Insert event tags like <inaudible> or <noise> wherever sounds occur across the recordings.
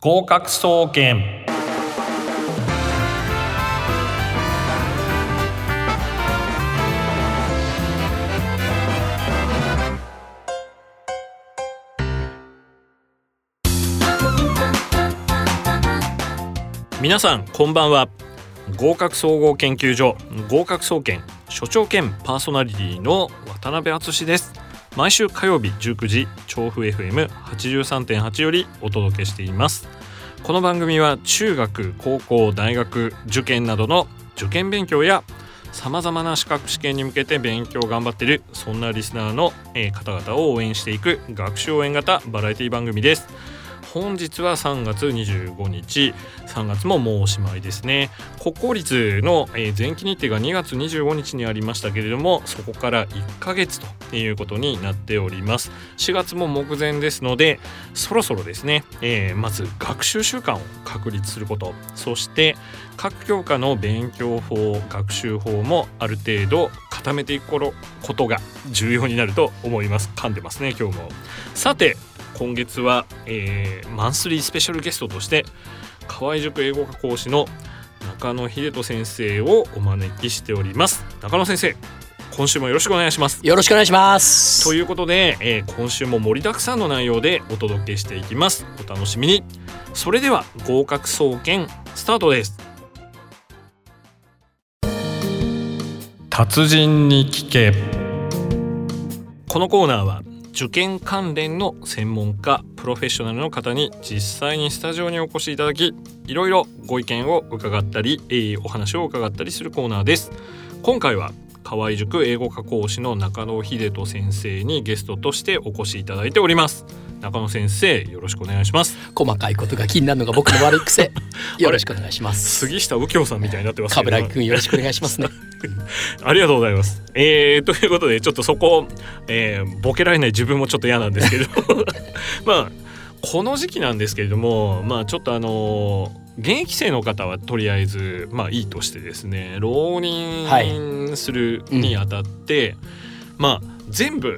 合格総研皆さんこんばんは合格総合研究所合格総研所長兼パーソナリティの渡辺敦です毎週火曜日19時調布 FM83.8 よりお届けしていますこの番組は中学高校大学受験などの受験勉強やさまざまな資格試験に向けて勉強を頑張っているそんなリスナーのえー方々を応援していく学習応援型バラエティ番組です本日は3月25日3月ももうおしまいですね国公立のえー前期日程が2月25日にありましたけれどもそこから1ヶ月ということになっております4月も目前ですのでそろそろですね、えーまず学習習慣を確立することそして各教科の勉強法学習法もある程度固めていく頃ことが重要になると思います噛んでますね今日もさて今月は、えーマンスリースペシャルゲストとして河合塾英語科講師の中野秀人先生をお招きしております中野先生今週もよろしくお願いしますよろしくお願いします。ということで、えー今週も盛りだくさんの内容でお届けしていきますお楽しみにそれでは合格総研スタートです達人に聞けこのコーナーは受験関連の専門家プロフェッショナルの方に実際にスタジオにお越しいただきいろいろご意見を伺ったり、えーお話を伺ったりするコーナーです今回は河合塾英語科講師の中野秀人先生にゲストとしてお越しいただいております中野先生よろしくお願いします細かいことが気になるのが僕の悪い <laughs> 癖。よろしくお願いします。杉下右京さんみたいになってますけど冠城くんよろしくお願い <laughs> しますね。ありがとうございます。えーということでちょっとそこ、えーボケられない自分もちょっと嫌なんですけど <laughs> まあこの時期なんですけれどもまあちょっとあのー現役生の方はとりあえずまあいいとしてですね浪人するにあたって、まあ全部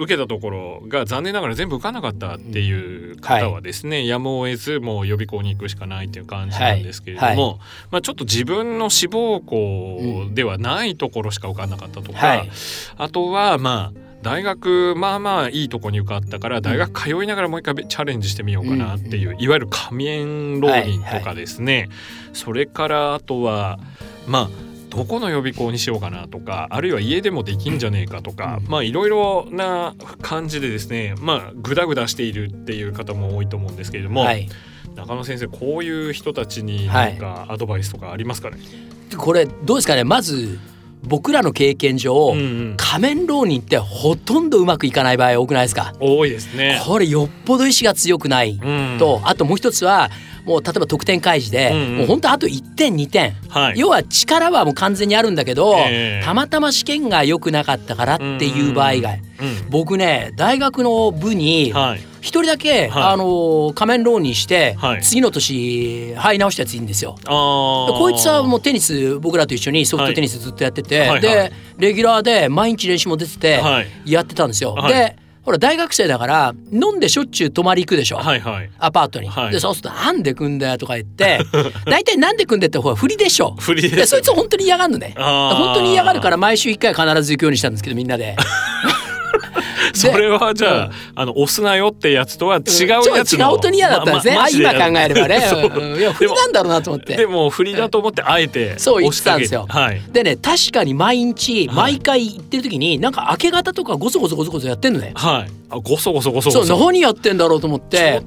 受けたところが残念ながら全部受かんなかったっていう方はですね、やむを得ずもう予備校に行くしかないっていう感じなんですけれども、はいはいまあ、ちょっと自分の志望校ではないところしか受かんなかったとか、はい。あとはまあ大学まあまあいいとこに受かったから大学通いながらもう一回チャレンジしてみようかなっていう、いわゆる紙縁浪人とかですね、それからあとはまあどこの予備校にしようかなとかあるいは家でもできんじゃねえかとか、うんまあいろいろな感じでですねまあグダグダしているっていう方も多いと思うんですけれども、はい。中野先生こういう人たちに何かアドバイスとかありますかね、これどうですかね。まず僕らの経験上、うんうん仮面浪人ってほとんどうまくいかない場合多くないですか。多いですね。これよっぽど意志が強くないうんと、あともう一つはもう例えば得点開示で、うんうんもう本当あと1点2点。はい、要は力はもう完全にあるんだけど、ええたまたま試験が良くなかったからっていう場合が、う僕ね大学の部にん、はい一人だはけ、いあの仮面浪人して、はい次の年入り直したやついるんですよ。あーこいつはもうテニス僕らと一緒にソフトテニスずっとやってて、はいはいはでレギュラーで毎日練習も出てて、はいやってたんですよ。はいでほら大学生だから飲んでしょっちゅう泊まり行くでしょ。はいはいアパートに、はいでそうすると「なんで組んだよ」とか言って <laughs> 大体「なんで組んで」ってほら振りでしょ振りですでそいつ本当に嫌がるのねあー本当に嫌がるから毎週一回は必ず行くようにしたんですけどみん <laughs> なででそれはじゃあ,、うんあの押すなよってやつとは違うちょやっつとの違う大人嫌だったんですね、ままマジで今考えればね <laughs> そううんいや振りなんだろうなと思っでても振りだと思ってあえてそう言押っしてかたんけですよはいでね確かに毎日はい毎回行ってる時になんか明け方とかゴソゴソゴソゴソやってんのねはいあごそごそごそそごうそ何やってんだろうと思って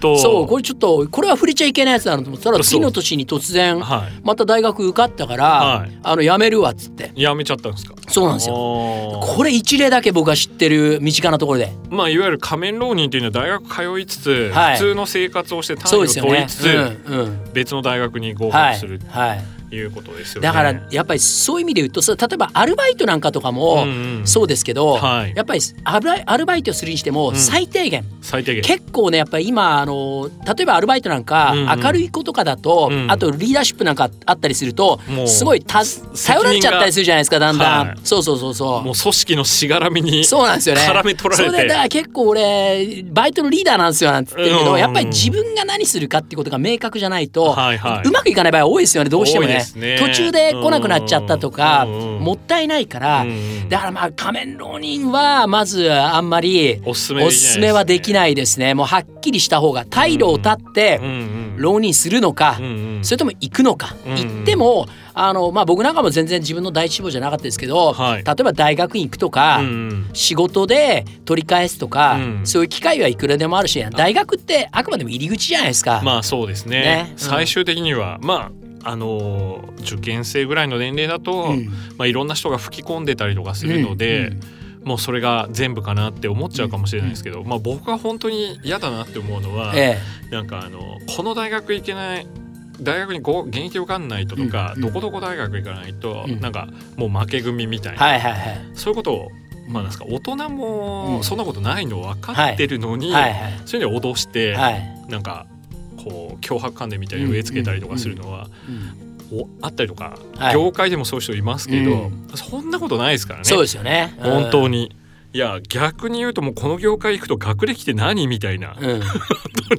とそうこれちょっとこれは触れちゃいけないやつだなと思ってたら次の年に突然はいまた大学受かったから、はいあの辞めるわっつってやめちゃったんですかそうなんですよよこれ一例だけ僕が知ってる身近なところでまあいわゆる仮面浪人というのは大学通いつつ、はい普通の生活をして単そ位うをですよ取りねつつ、うんうん別の大学に合は格いする、はいいうことですよね。だからやっぱりそういう意味で言うとそう例えばアルバイトなんかとかもうんうんそうですけど、はいやっぱりアルバイアルバイトするにしてうもん最低限、最低限結構ねやっぱり今あの例えばアルバイトなんかうんうん明るい子とかだと、うんあとリーダーシップなんかあったりするともうすごいた頼られちゃったりするじゃないですかだんだん、はいそうそうそうそうもう組織のしがらみにそうなんですよね。絡め取られてそれでだから結構俺バイトのリーダーなんですよなんて言ってるけうんうんど、うんやっぱり自分が何するかってことが明確じゃないと、はいはいうまくいかない場合多いですよねどうしても多いねですね途中で来なくなっちゃったとか、うんうんうんもったいないから、うんだからまあ仮面浪人はまずあんまりおすすめおすすめはできいないですね。もうはっきりした方が退路を立ってすね。うんうん浪人するのかう、んうんそれとも行くのか、うんうん行ってもあの、まあ、僕なんかも全然自分の第一志望じゃなかったですけど、はい例えば大学院行くとか、うんうん仕事で取り返すとか、うんそういう機会はいくらでもあるし大学ってあくまでも入り口じゃないですか。まあそうですねねうん最終的にはまああのー受験生ぐらいの年齢だと、うんまあ、いろんな人が吹き込んでたりとかするので、うんもうそれが全部かなって思っちゃうかもしれないですけど、まあ、僕は本当に嫌だなって思うのは、えなんかあのこの大学行けない大学にご現役受かんないととか、うんどこどこ大学行かないと、うんなんかもう負け組みたいえ、な、はいはいはいそういうことを、まあ、なんですか大人うもんそんなことないの分かってるのに、はいはいそういうのを脅して、はい、なんかこう脅迫観念みたいに植え付けたりとかするのは、うんおあったりとか、はい業界でもそういう人いますけど、うそんなことないですからねそうですよね。本当に、に。いや逆に言うともうこの業界行くと学歴って何みたいな。うん、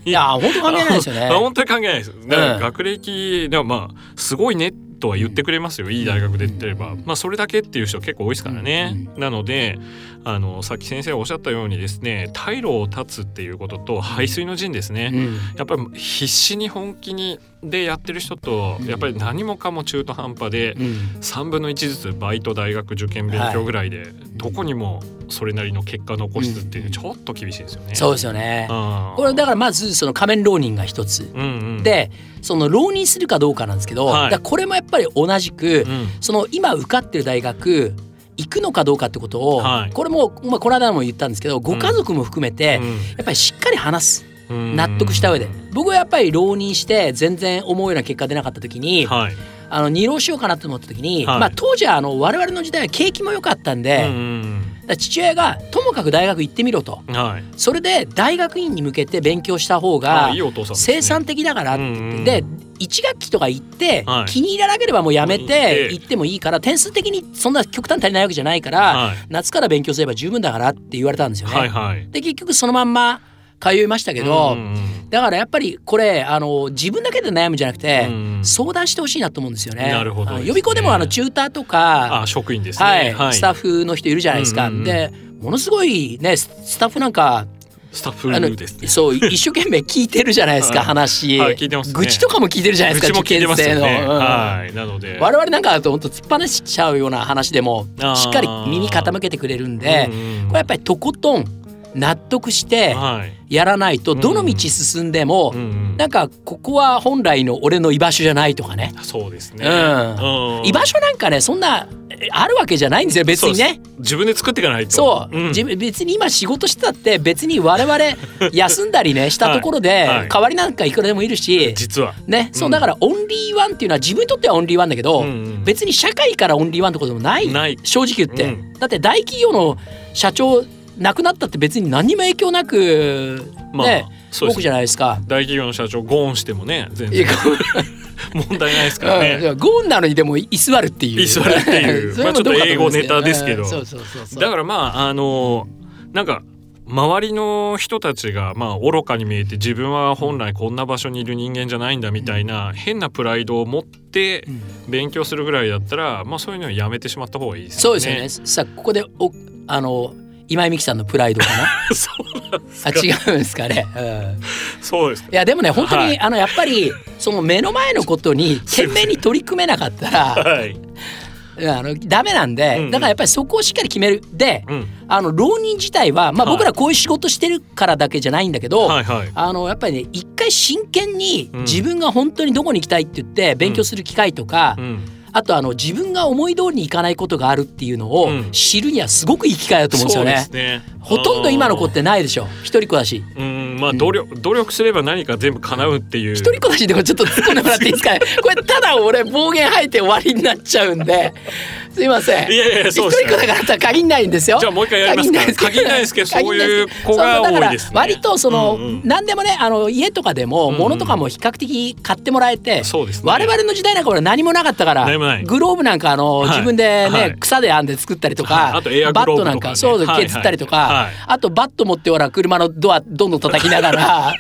いや本当関係ないですよねあ。本当に関係ないです。だからうん学歴ではまあすごいねとは言ってくれますよ、いい大学でって言えば、うんまあそれだけっていう人結構多いですからね、なのであのさっき先生がおっしゃったようにですね退路を断つっていうことと排水の陣ですね、うんやっぱり必死に本気にでやってる人と、うんやっぱり何もかも中途半端で、うん3分の1ずつバイト大学受験勉強ぐらいで、どこにもそれなりの結果残しつつっていううんちょっと厳しいですよね。そうですよね。あーこれだからまずその仮面浪人が一つ、うんうん、でその浪人するかどうかなんですけど、はいだからこれもやっぱり同じく、うんその今受かってる大学行くのかどうかってことを、はいこれも、まあ、この間も言ったんですけどご家族も含めて、やっぱりしっかり話すうん納得した上で僕はやっぱり浪人して全然思うような結果出なかった時に、はい、あの二浪しようかなと思った時に、はいまあ、当時はあの我々の時代は景気も良かったんうんで、だかうんら父親がともかく大学行ってみろとうんはいそれで大学院に向けて勉強した方あがーいいお父さんですね生産的だからってうんう言んってで1学期とか行ってはい気に入らなければもうやめええて行ってもいいから点数的にそんな極端に足りないわけじゃないからはい夏から勉強すれば十分だからって言われたんですよはいね。はいで結局そのまんま通いましたけうどんうんだからやっぱりこれあの自分だけで悩むんじゃなくてうん相談してほしいなと思うんですよね。なるほどあのですね予備校でもあのチューターとかあ職員ですねはい、スタッフの人いるじゃないですか。うんうんうんでものすごいねススタッフなんかスタッあのフですねそう一生懸命聞い <laughs> てるじゃないですかはい話、はい聞いてますね愚痴とかも聞いてるじゃないでうすちかも聞いてますよね、受験生のうんはいなので我々なんかだと本当突っ放しちゃうような話でもあーしっかり耳傾けてくれるんで、うんうんこれやっぱりとことん納得してはいやらないとうんどの道進んでも、うんうんなんかここは本来の俺の居場所じゃないとかね、そうですね、うんうん居場所なんかねそんなえあるわけじゃないんですよ別にね。自分で作っていかないとそう、ん自分別に今仕事してたって別に我々休んだりねしたところで、はいはい代わりなんかいくらでもいるし、実は、ね、そううんだからオンリーワンっていうのは自分にとってはオンリーワンだけど、うんうん別に社会からオンリーワンってこともないない正直言って、うんだって大企業の社長亡くなったって別に何にも影響なく、まあねそうです僕じゃないですか。大企業の社長ゴーンしてもね全いや然問題ないですからうんいね、やゴーンなのにでも居座るっていう居座るっていう <laughs> それもどうまかと思うんあちょっと英語ネタですけどうんそうそうそうそうだからまああのなんか周りの人たちがまあ愚かに見えて自分は本来こんな場所にいる人間じゃないんだみたいな変なプライドを持ってうん勉強するぐらいだったらまあそういうのはやめてしまった方がいいですそうよね。ですよね。さあここでおあの今井美樹さんのプライドかな <laughs> <laughs> そうなんですあか違うんですかね。うんそうですかいやでもね本当に、はいあのやっぱりその目の前のこ <laughs> とに懸命に取り組めなかったらはい、うんあのダメなんで、うんうんだからやっぱりそこをしっかり決めるでうん、あの浪人自体は、まあ、はい僕らこういう仕事してるからだけじゃないんだけど、はいはいあのやっぱりね一回真剣にうん自分が本当にどこに行きたいって言って勉強する機会とか、うんあとあの自分が思い通りにいかないことがあるっていうのをうん知るにはすごくいい機会だと思うんですよね。そうですねほとんど今の子ってないでしょ一人っ子だしうんまあ努力,、努力すれば何か全部叶うっていう一人っ子だしでもちょっと突っ込んでもらっていいですかねこれただ俺暴言吐いて終わりになっちゃうんですいませんいやいやい <laughs> や一人そっうですね子だからとは限らないんですよじゃあもう一回やりますか限らないですけどそういう子が多いですねそうだから割とその、うんうん何でもねあの家とかでもうん物とかも比較的買ってもらえて、そうですね我々の時代なんか俺何もなかったから何もないグローブなんかあの、はい自分でね、はい草で編んで作ったりとか、はいあとエアグローバッブとトかねなんかそうはいはい削ったりとか、はいあとバット持ってほら車のドアどんどん叩きなが <laughs> ら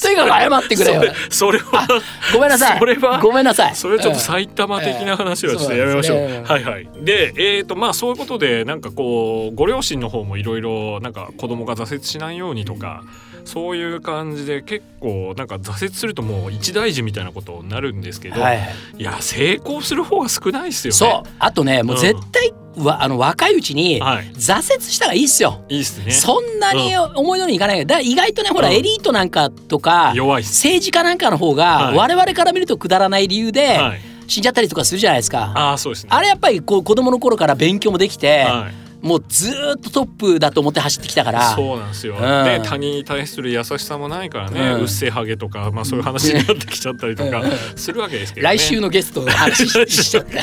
とにかく謝ってくれよ。それはごめんなさい。それはごめんなさい。それはちょっとうん埼玉的な話はちょっとやめましょう。ええそうですねはいはい。で、えっ、とまあそういうことでなんかこうご両親の方もいろいろなんか子供が挫折しないようにとか。そういう感じで結構なんか挫折するともう一大事みたいなことになるんですけど、はいい、はい。や成功する方が少ないですよね。そう。あとね、もう絶対わあの若いうちにはい挫折したらいいっすよ。いいっすね。そんなに思い通りにいかないけどだから意外とねほらうんエリートなんかとか弱いっす。政治家なんかの方がはい我々から見るとくだらない理由ではい。死んじゃったりとかするじゃないですか。ああそうですね。あれやっぱりこう子供の頃から勉強もできてはい。もうずーっとトップだと思って走ってきたからそうなんですよ、うんで他人に対する優しさもないからね、ううんっせえハゲとか、まあ、そういう話になってきちゃったりとかうんするわけですけど、ね、来 <laughs> 週のゲストの話ししちゃっ違たい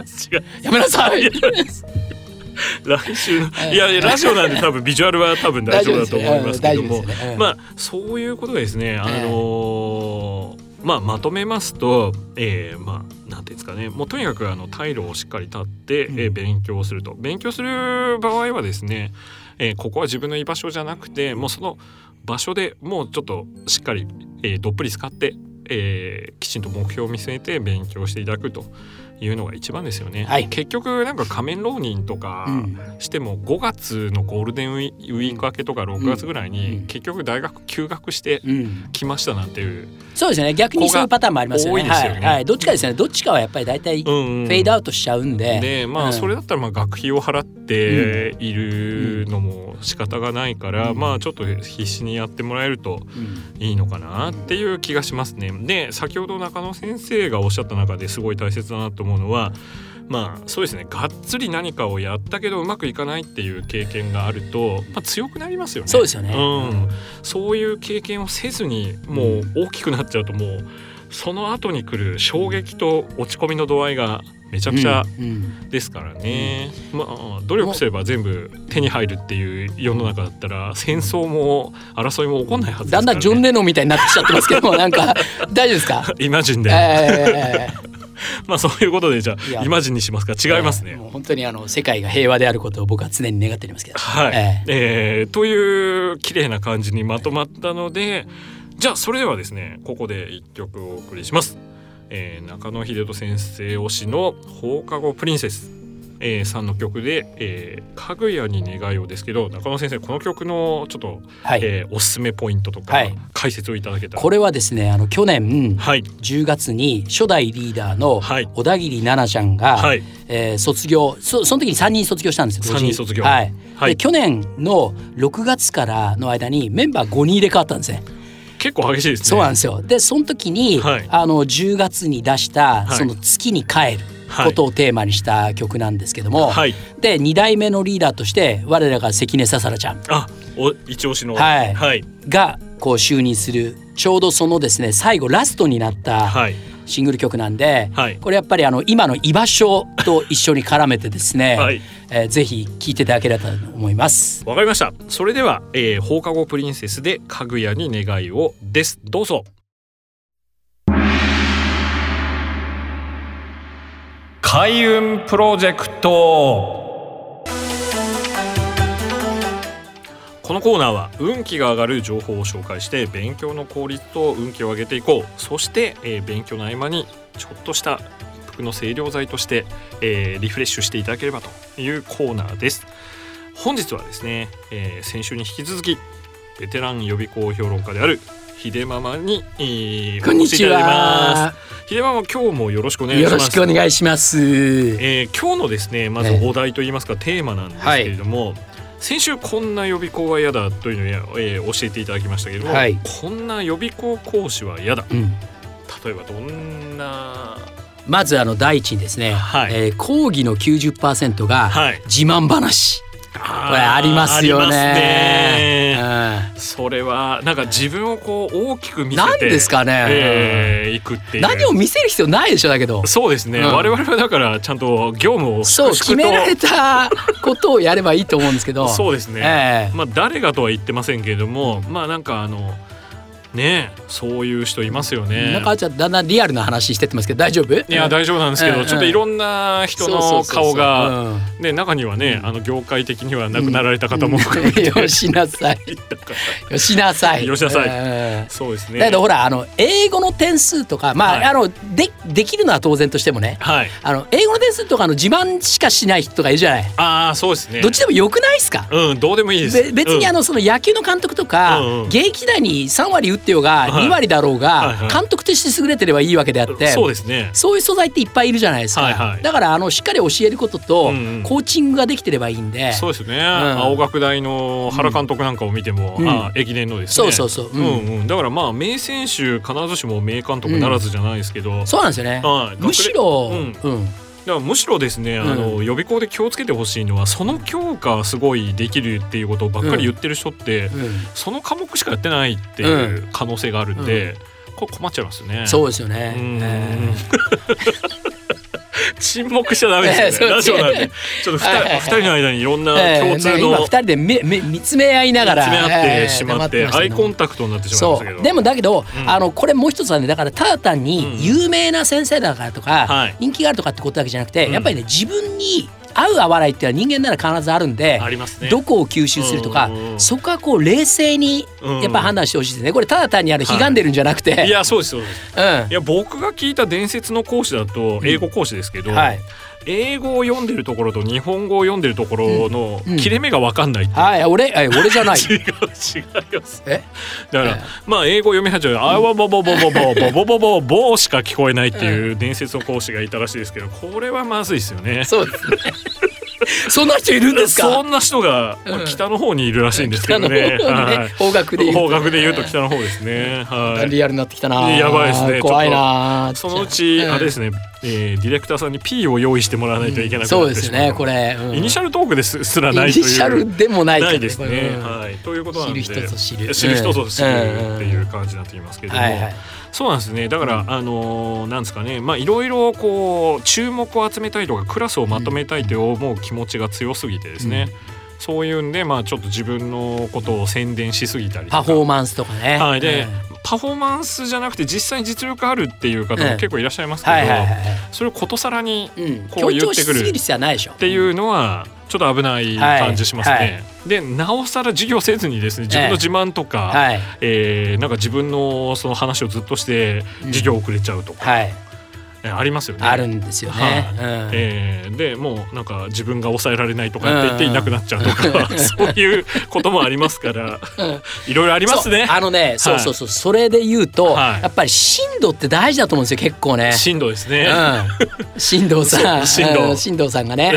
ます違いますやめなさい来週 <laughs> のうんいやいやラジオなんで多分ビジュアルは多分大丈夫だと思いますけど大丈夫もですようん大丈夫ですよねうんまあそういうことでですねあのーまあ、まとめますと、えーまあ、なんていうんですかねもうとにかくあの退路をしっかり立って、えー勉強すると勉強する場合はですね、えーここは自分の居場所じゃなくてもうその場所でもうちょっとしっかり、えーどっぷり使って、えーきちんと目標を見据えて勉強していただくというのが一番ですよね。はい結局なんか仮面浪人とか、うんしても5月のゴールデンウィウィーク明けとか6月ぐらいうんに結局大学休学してうんきましたなんていう、そうですね逆にそういうパターンもありますよね多いですよねはいはいどっちかですねどっちかはやっぱり大体フうんうんェードアウトしちゃうんででまうあんそれだったらまあ学費を払っているのも仕方がないから、うんまあちょっと必死にやってもらえるとうんいいのかなっていう気がしますね。で先ほど中野先生がおっしゃった中ですごい大切だなと思うのはまあそうですねがっつり何かをやったけどうまくいかないっていう経験があると、まあ、強くなりますよね。そうですよねうん、そういう経験をせずにもう大きくなっちゃうともうその後に来る衝撃と落ち込みの度合いがめちゃくちゃうんうんですからね、まあ努力すれば全部手に入るっていう世の中だったら戦争も争いも起こんないはずですかだら、んね、だんジョン・レノンみたいになってきちゃってますけ <laughs> どもなんか大丈夫ですかイマジンえで、ええまあそういうことでじゃいあやイマジンにしますかえ違いますね。もう本当にあの世界が平和であることを僕は常に願っておりますけどはい、ええーという綺麗な感じにまとまったのでじゃあそれではですねここで一曲お送りします、えー中野秀人先生推しの「放課後プリンセス」えーさんの曲で、えーかぐやに願いを」ですけど中野先生この曲のちょっと、はい、えーおすすめポイントとか、はい解説をいただけたらこれはですねあの去年はい10月に初代リーダーのはい小田切奈々ちゃんが、はいえー卒業そその時に3人卒業したんですよ同時三人に卒業はいはいで去年の6月からの間にメンバー5人入れ替わったんですね結構激しいですねそうなんですよ。で、その時に、はいあの10月に出した、はいその月に帰ることをテーマにした曲なんですけども、はいで2代目のリーダーとして我らが関根ささらちゃんあお一押しのはいはいがこう就任するちょうどそのですね最後ラストになったはいシングル曲なんで、はいこれやっぱりあの今の居場所と一緒に絡めてです <laughs> ね、はいえーぜひ聴いていただければと思います。わかりました。それでは、えー放課後プリンセスでかぐやに願いをです。どうぞ。開運プロジェクト。このコーナーは運気が上がる情報を紹介して勉強の効率と運気を上げていこうそして、えー勉強の合間にちょっとした一服の清涼剤として、えーリフレッシュしていただければというコーナーです本日はですね、えー先週に引き続きベテラン予備校評論家であるひでママに、えー、こんにちお越しいただいてまは。すひでママ今日もよろしくお願いしよまろしすくお願いします。えー今日のですねまずええお題といいますか、テーマなんですけれども、先週こんな予備校は嫌だというのをや、えー教えていただきましたけれども、はいこんな予備校講師は嫌だうん、例えばどんなまずあの第一にですね、はいえー講義の90%がはい自慢話、あーこれありますよあね。りますねうんそれはなんか自分をこう大きく見せてなんですかねえー、いくっていう何を見せる必要ないでしょだけど。そうですね、うん我々はだからちゃんと業務を粛そう々と決められたことをやればいいと思うんですけど。 <laughs> そうですね、ええまあ誰がとは言ってませんけれどもまあなんかあのねえそういう人いますよねなんかあーちゃんだんだんリアルな話してってますけど大丈夫？いや大丈夫なんですけど、うんちょっといろんな人そうのそうそうそ顔うが、うんね中にはね、あの業界的には亡くなられた方も含めて、よしな <laughs> さい。よしなさい。よしなさいうんそうですねだけどほらあの英語の点数とかまあ、はいあのでできるのは当然としてもねはいあの英語の点数とかの自慢しかしない人がいるじゃない。ああそうですねどっちでもよくないですか。うんどうでもいいですべ別にあの、のその野球の監督とかうんうん現役時代に3割打ってようがはい2割だろうはいがはい監督として優れてればいいわけであっうんてそうですねそういう素材っていっぱいいるじゃないですはいはかいだからあのしっかり教えることとうんうんコーチングができてればいいんでそうですね、青学大の原監督なんかを見ても、うんあ駅伝のですそねうそうそうううんんうん、だからまあ名選手必ずしも名監督ならずじゃないですけど、だかそうなんですよねはいむしろ学うんらむしろですね、あの予備校で気をつけてほしいのはその教科すごいできるっていうことばっかり言ってる人って、うんその科目しかやってないっていう可能性があるんで、これ困っちゃいますよね。そうですよねうんえ <laughs> 沈黙しちゃダメですよね。ええラジオなん <laughs> そうでちょっと二人はいはいはい二人の間にいろんなーえー共通なんかの今2人でめめ見つめ合いながら詰め合ってしまっえーて、黙ましたアけイどコンタクトになってしまいましそたけどうでもだけど、うんあのこれもう一つはねだからただ単うんに有名な先生だからとか、はい人気があるとかってことだけじゃなくて、うんやっぱりね自分に合う合わないっていうのは人間なら必ずあるんであ、りますねどこを吸収するとか、うんうんうんそこはこう冷静にやっぱ判断してほしいですねこれただ単にあのはい悲願でるんじゃなくて、いやそうですそうですうんいや僕が聞いた伝説の講師だとうん英語講師ですけど、はい英語を読んでるところと日本語を読んでるところのうんうん切れ目が分かんないっていう、はい俺はい俺 <laughs> じゃない違う違いますえだから、ええまあ英語を読み始めたら「あわぼぼぼぼぼぼぼぼぼぼ」しか聞こえないっていう伝説の講師がいたらしいですけどこれはまずいですよね。そうですねそんな人いるんですそかんな人がまあうん北の方にいるらしいんですけどね。北の方にねはい方角で言うとね方角で言うと北の方ですね。はい。リアルになってきたなやばいですね怖いなそのうち、あれですね、えーディレクターさんに P を用意してもらわないといけなくそなうっでてすしよまう。ねこれ、うんイニシャルトークですすらないイという。ニシャルでもないからないですね。うんはい。ということなんで知る人ぞ知る知る人ぞ知るうんっていう感じになっていますけれども、はいはいそうなんですね。だから、あのーなんですかね、まあいろいろこう注目を集めたいとかクラスをまとめたいと思う気持ちが強すぎてですね。そういうんでまあちょっと自分のことを宣伝しすぎたりとかパフォーマンスとかね。はい、で、うんパフォーマンスじゃなくて実際に実力あるっていう方も結構いらっしゃいますけど、はいはいはいはい。それをことさらにっうん、こう強言調ってしくるすぎる必要はないでしょ。ていうのはちょっと危ない感じしますね。はいはいでなおさら授業せずにですね自分の自慢とか、はいえーなんか自分のその話をずっとして授業遅れちゃうとか、はいえーありますよね。あるんですよね。うんえーでもうなんか自分が抑えられないとかって言っていなくなっちゃうとか、 <laughs> そういうこともありますからいろいろありますねそう。あのね、そうそうそう、それで言うと、はいやっぱり進度って大事だと思うんですよ、結構ね。進路ですね。うん、進藤さん、そう進藤うん進藤さんがね、はい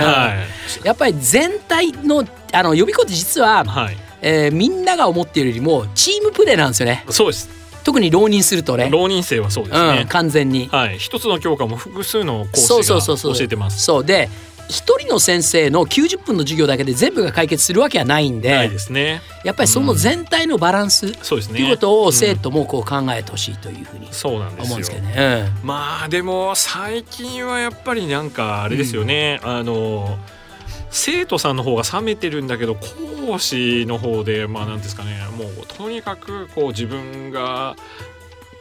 うんやっぱり全体のあの予備校って実は、はい、えーみんなが思っているよりもチームプレーなんですよね。そうです。特に浪人するとね、浪人生はそうですうん、ね。完全に。はい、一つの教科も複数のそ講う師そがうそうそ教うえてます。そうで一人の先生の90分の授業だけで全部が解決するわけはないんでないですね。やっぱりその全体のバランスってそうですね。いうことを生うん徒もこう考えてほしいというふうにそうなんです思うよ。んですけどね。まあでも最近はやっぱりなんかあれですよね。あの生徒さんの方が冷めてるんだけど講師の方でまあなんですかねもうとにかくこう自分が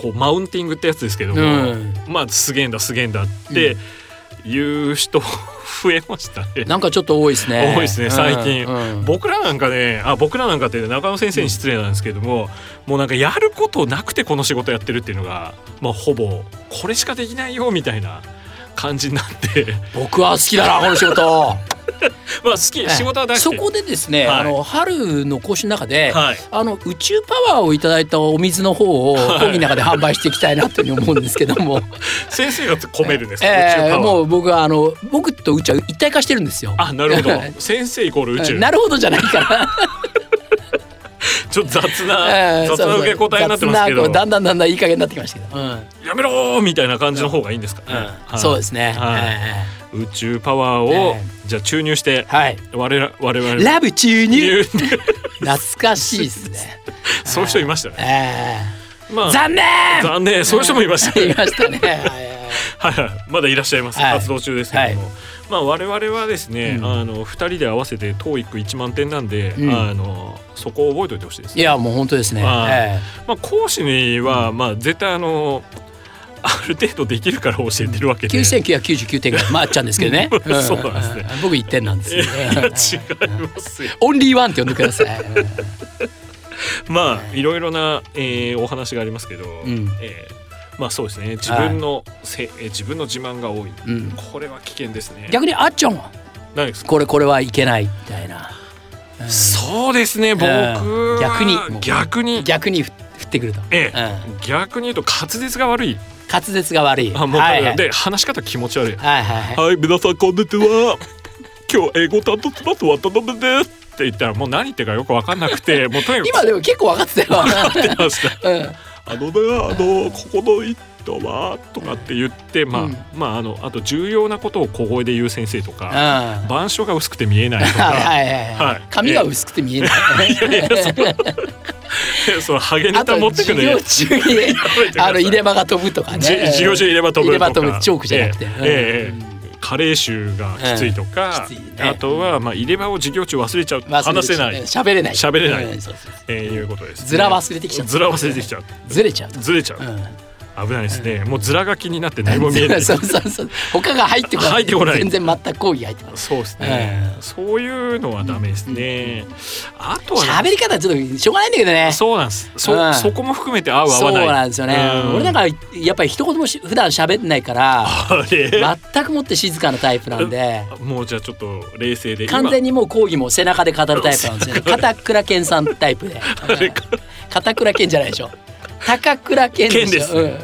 こうマウンティングってやつですけどうも、ん、まあすげえんだすげえんだっていう人増えましたね。なんかちょっと多いですね。多いですね最近うんうん僕らなんかねあ僕らなんかって中野先生に失礼なんですけども、もうなんかやることなくてこの仕事やってるっていうのが、まあ、ほぼこれしかできないよみたいな感じになって <laughs> 僕は好きだなこの仕事。まあ好き仕事は大好そきこでですね、はいあの春の講習の中で、はいあの宇宙パワーをいただいたお水の方を講義の中で販売していきたいなというふうに思うんですけど <laughs> も、先生が込めるんですか、宇宙えパー、ワーもう僕はあの僕と宇宙は一体化してるんですよ。あな <laughs> るほど先生イコール宇宙なるほどじゃないから。 <laughs> ちょっと雑なえー雑な受け答えになってますけそうそどう雑なこうだんだんだんだんいい加減になってきましたけど。うんいややめろーみたいな感じの方がいいんですかね、はいそうですね。はいえ宇宙パワーを、えじゃあ注入してえはい。我々我々ラブ注入。入懐かしいですね。 <laughs> そういう人いましたね。えまえあ残念。 <laughs> 残念そういう人もいましたね。いましたね。はいはいはいはい、まだいらっしゃいます、はい活動中ですけども、はまあ我々はですね、うんあの2人で合わせて TOEIC1 万点なんで、うんあのそこを覚えておいてほしいですいやもう本当ですね。はいえまあ、講師には、まあ、絶対あのある程度できるから教えてるわけえで、。九千九百九十九点が回っちゃうんですけどね <laughs> そうなんですねう。僕一点なんですいよやね。い <laughs> や違いますよオンリーワンって呼んでくだ <laughs> さい。まあいろいろな、えーお話がありますけど、んえーまあそうですね自分のせ、えー自分の自慢が多い、うんこれは危険ですね逆にあっちゃんは何ですかこれこれはいけないみたいな。うんそうですね僕は逆に逆に逆にふ振ってくると。ええうん逆に言うと滑舌が悪い滑舌が悪い。あもう、はいはいで話し方気持ち悪いはいはいはい。はい皆さんこんにちは今日英語担当します渡辺ですって言ったらもう何言ってるかよく分かんなく <laughs> てもうとにか今 <laughs> くでも結構分かってたよ。困ってましたうんあのねあのここの一頭はとかって言ってまあ、うんまああのあと重要なことを小声で言う先生とかは板書が薄くて見えないといはかいはいははいい。髪が薄くて見えない。 <laughs> そのハゲネあタと持ってく授のや業めて <laughs> 中にくださいあの入れ歯が飛ぶとかね。じ授業中に入れ歯飛ぶとか入れ歯飛ぶジョークじゃなくてええうんええ加齢臭がきついとか、うんきついねあとはまあ入れ歯を授業中忘れちゃう忘れて話せない、喋れない。喋れないうんそうそうそうえーいうことです、ずら忘れてきちゃうずら忘れてきちゃうずれちゃうと。ずれちゃうう、ん危ないですね、もうずらが気になって何も見えない <laughs> そうそうそう。他が入ってこない。入ってこない全然全く講義入ってこない。そうですね、うんそういうのはダメですね、あとは喋り方ちょっとしょうがないんだけどね。そうなんですそ,、うんそこも含めて合う合そわうないなんですよね。うん俺なんかやっぱり一言もし普段喋んないから。あれ、全くもって静かなタイプなんでもうじゃあちょっと冷静で今完全にもう講義も背中で語るタイプなんですよね片倉健さんタイプでれか片倉健じゃないでしょ高倉健でしょ健ですね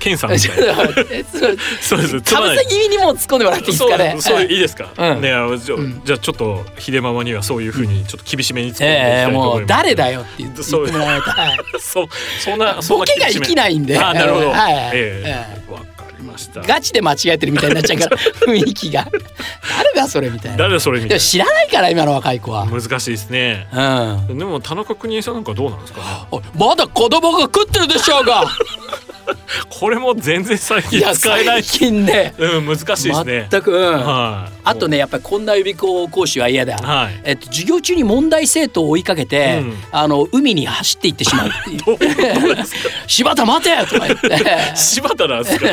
ケンさんうんみちたょっいなと待って <laughs> それそうですつかまぶないせ気味にもう突っ込んでもらっていいですかねそうそううんいいですか。うんねあじゃあ、うんじゃあちょっと秀ママにはそういうふうにちょっと厳しめに突っ込んでいきえたいえとも思いうます。誰だよって言ってそう言ってもらわないとはい <laughs> そうそんなそんボなケが生きないんであなるほど。はいええわ、かりました。ガチで間違えてるみたいになっちゃうから <laughs> 雰囲気が誰だそれみたいな誰それみでたいも知らないから今の若い子はな難しいですね。うんでも田中邦衛さんなんかどうなんですかね。おいまだ子供が食ってるでしょうがこれも全然最い近や使え <laughs> ない最。近ねうん難しいですね。全く、うんはい。あとねやっぱりこんな予備校講師は嫌だ、はいえっと、授業中に問題生徒を追いかけて、うんあの海に走っていってしまうっていうどうどうです <laughs> か。 「柴田待て!」とか言 <laughs> って柴田なんですか。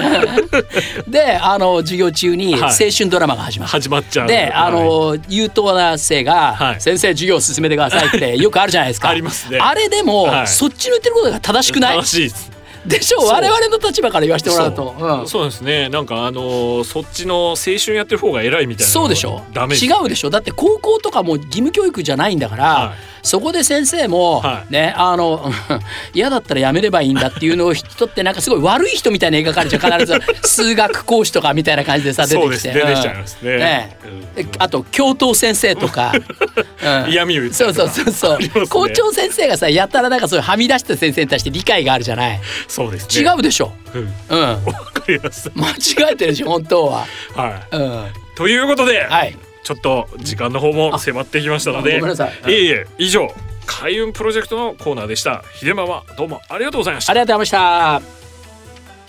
であの授業中にはい青春ドラマが始まる。始まっちゃう。ではあいの優等な生がは「い先生授業を進めてください」ってよくあるじゃないです <laughs> かありますねあれでも、はいそっちの言ってることが正しくない正しいです。でしょそう我々の立場から言わせてもらうとそう,、そうですねなんかあのーそっちの青春やってる方が偉いみたいなそうでしょダメ違うでしょだって高校とかも義務教育じゃないんだから、はいそこで先生も、はいねあの <laughs> 嫌だったらやめればいいんだっていうのを人ってなんかすごい悪い人みたいに描かれちゃう必ず数学講師とかみたいな感じでさ出てそうできすて出てきちゃういんますね,、ねうんえあと教頭先生と <laughs> か、うん嫌味を言ったそりうとそうかそうそう、りますね校長先生がさやたらなんかそういうはみ出した先生に対して理解があるじゃないそうです違ねうでしょ違う、うん、うんわかりまし間違えてるでしょ本当はたはいうんということで、はいちょっと時間の方も迫ってきましたのであごめんなさいええ以上開運プロジェクトのコーナーでした秀間はどうもありがとうございましたありがとうございました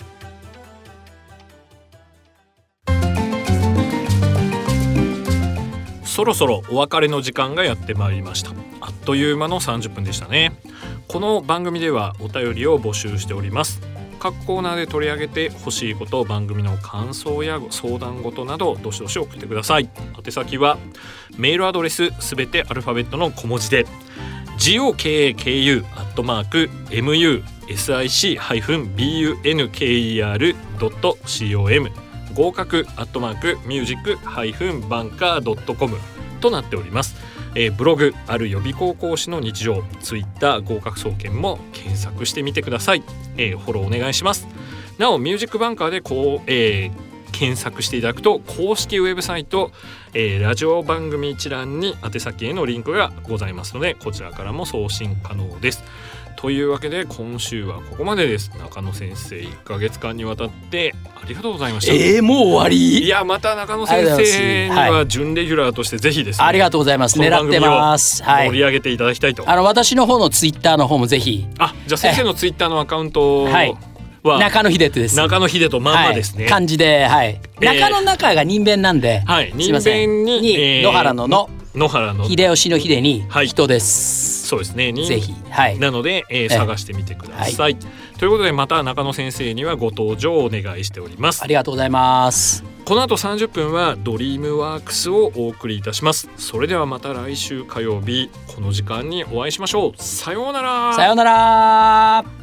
そろそろお別れの時間がやってまいりましたあっという間の30分でしたねこの番組ではお便りを募集しております各コーナーで取り上げてほしいこと番組の感想や相談事などどしどし送ってください宛先はメールアドレスすべてアルファベットの小文字で gokaku.music-bunker.com 合格アットマークミュージックハイフンバンカードットコムとなっております、えーブログある予備高校師の日常ツイッター合格総研も検索してみてください、えーフォローお願いしますなおミュージックバンカーでこう、えー検索していただくと公式ウェブサイト、えーラジオ番組一覧に宛先へのリンクがございますのでこちらからも送信可能ですというわけで今週はここまでです中野先生1ヶ月間にわたってありがとうございました、えー、もう終わいりやまた中野先生にありがとうございますはは準レギュラーとしてぜひですねありがとうございますこの番狙っ組てをますは盛りい上げていただきたいと、あの私の方のツイッターの方もぜひあじゃあ先生のツイッターのアカウントはいは中野秀人です中野秀とまんまですね、はい、漢字ではい、えー中野中が人弁なんで、はいすいませ人弁んにえー野原のの野原の秀吉の秀にはい人です、そうですねにぜひはいなので、えーえ探してみてください、ということでまた中野先生にはご登場をお願いしておりますありがとうございますこの後30分はドリームワークスをお送りいたしますそれではまた来週火曜日この時間にお会いしましょうさようならさようなら